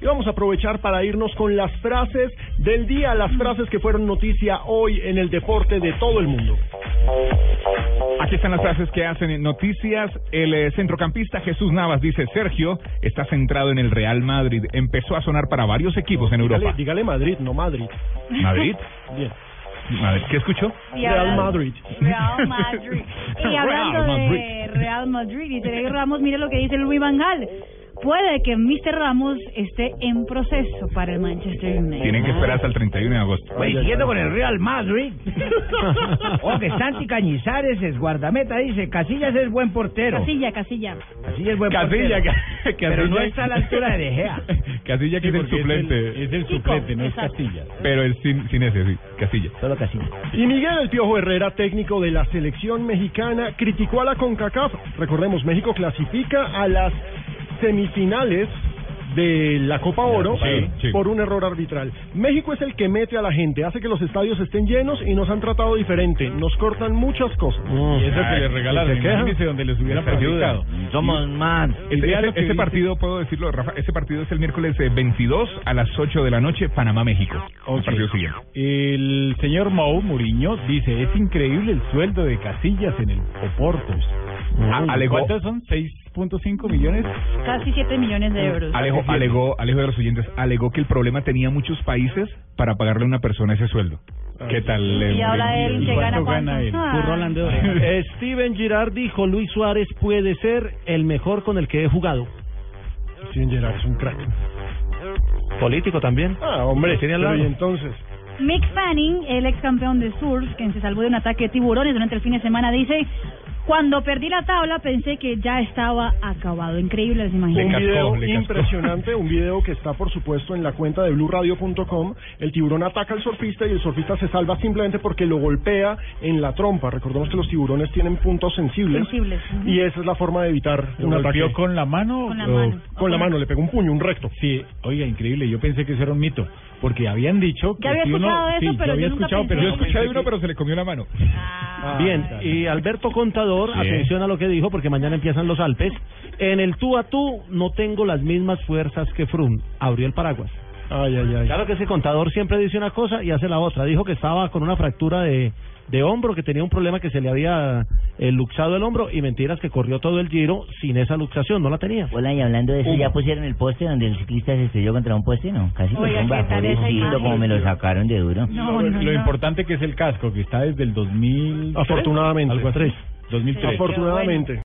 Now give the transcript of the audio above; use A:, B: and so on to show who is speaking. A: Y vamos a aprovechar para irnos con las frases del día, las frases que fueron noticia hoy en el deporte de todo el mundo.
B: Aquí están las frases que hacen en noticias. El eh, centrocampista Jesús Navas dice, Sergio, está centrado en el Real Madrid. Empezó a sonar para varios equipos en
A: Dígale,
B: Europa.
A: dígale Madrid, no Madrid.
B: ¿Madrid?
A: Bien.
B: Madrid. ¿Qué escuchó?
C: Y
A: Real
C: hablando-
A: Madrid.
C: Real Madrid. Y hablando
B: Real Madrid.
C: de Real Madrid y Sergio Ramos, mire lo que dice Luis Van Gaal. Puede que Mr. Ramos esté en proceso para el Manchester United.
B: Tienen que esperar hasta el 31 de agosto.
D: Pues siguiendo con el Real Madrid. o que Santi Cañizares es guardameta, dice. Casillas es buen portero.
C: Casilla, casilla.
D: Casillas es buen
B: Casilla,
D: portero.
B: que- que
D: Pero no
B: Casilla-
D: está a la altura de De Gea.
B: Casilla que es el suplente.
C: Chico, suplente, no es exacto. Castilla.
B: Pero es sin, sin ese, sí. Casilla.
D: Solo Casillas.
A: Y Miguel El Piojo Herrera, técnico de la selección mexicana, criticó a la CONCACAF. Recordemos, México clasifica a las semifinales de la Copa Oro
B: Sí, sí.
A: por un error arbitral. México es el que mete a la gente, hace que los estadios estén llenos y nos han tratado diferente. Nos cortan muchas cosas.
B: Y eso que le regalaron, imagínese donde les hubieran practicado.
D: Somos más.
B: Este, este- este partido, puedo decirlo, Rafa, este partido es el miércoles eh, 22 a las 8 de la noche, Panamá-México. El partido siguiente.
E: El señor Mau Muriño dice, es increíble el sueldo de Casillas en el Ah, Oporto.
B: A- alegó,
E: ¿Cuántos son? ¿6.5 millones?
C: Casi 7 millones de euros.
B: Alejo, alegó, Alejo de los oyentes, alegó que el problema tenía muchos países para pagarle a una persona ese sueldo. ¿Qué tal? eh,
C: Y ahora
B: Mourinho?
C: él que gana
E: ¿Cuánto
C: cuánto.
E: gana él?
C: Ah.
F: Steven Girard dijo, Luis Suárez puede ser el mejor con el que he jugado.
A: Sin Gerard es un crack.
F: Político también.
A: Ah, hombre,
F: Tenía al
A: pero
F: lado.
A: y entonces.
C: Mick Fanning, el ex campeón de Surf, quien se salvó de un ataque de tiburones durante el fin de semana, dice: Cuando perdí la tabla pensé que ya estaba acabado. Increíble, se
B: Le
A: un
C: imaginan.
B: cascó,
A: video
B: le cascó.
A: impresionante, un video que está por supuesto en la cuenta de blueradio.com. El tiburón ataca al surfista y el surfista se salva simplemente porque lo golpea en la trompa. Recordemos que los tiburones tienen puntos sensibles,
C: Sensibles, ujú.
A: y esa es la forma de evitar
E: ¿Lo
A: un
E: golpeó
A: ataque.
E: con la mano?
C: Con la
E: o-
C: mano.
A: Con la mano, le pegó un puño, un recto.
E: Sí, oiga, increíble, yo pensé que eso era un mito, porque habían dicho que
C: Ya había
E: si uno-
C: escuchado eso,
E: sí,
C: pero
E: yo había
C: yo nunca
E: escuchado, pero
B: Yo
C: pensé
E: yo
B: escuché de
E: pensé
B: uno, pero se le comió la mano.
C: Ah.
F: Bien, y Alberto Contador,
B: Sí.
F: atención a lo que dijo, porque mañana empiezan los Alpes. En el tú a tú no tengo las mismas fuerzas que Frum. Abrió el paraguas.
A: Ay, ay, ay.
F: Claro que ese contador siempre dice una cosa y hace la otra. Dijo que estaba con una fractura de, de hombro, que tenía un problema que se le había eh, luxado el hombro y mentiras que corrió todo el giro sin esa luxación, no la tenía.
G: Hola, y hablando de eso, ¿ya pusieron el poste donde el ciclista se estrelló contra un poste? No, casi lo
C: Oiga,
G: tumba,
C: ¿qué tal esa
G: pobrecito,
C: imagen?
G: como me lo sacaron de duro.
C: No,
E: lo,
C: no, no.
E: lo importante que es el casco, que está desde el 2000...
A: Afortunadamente.
E: Algo así. 2003.
A: Afortunadamente.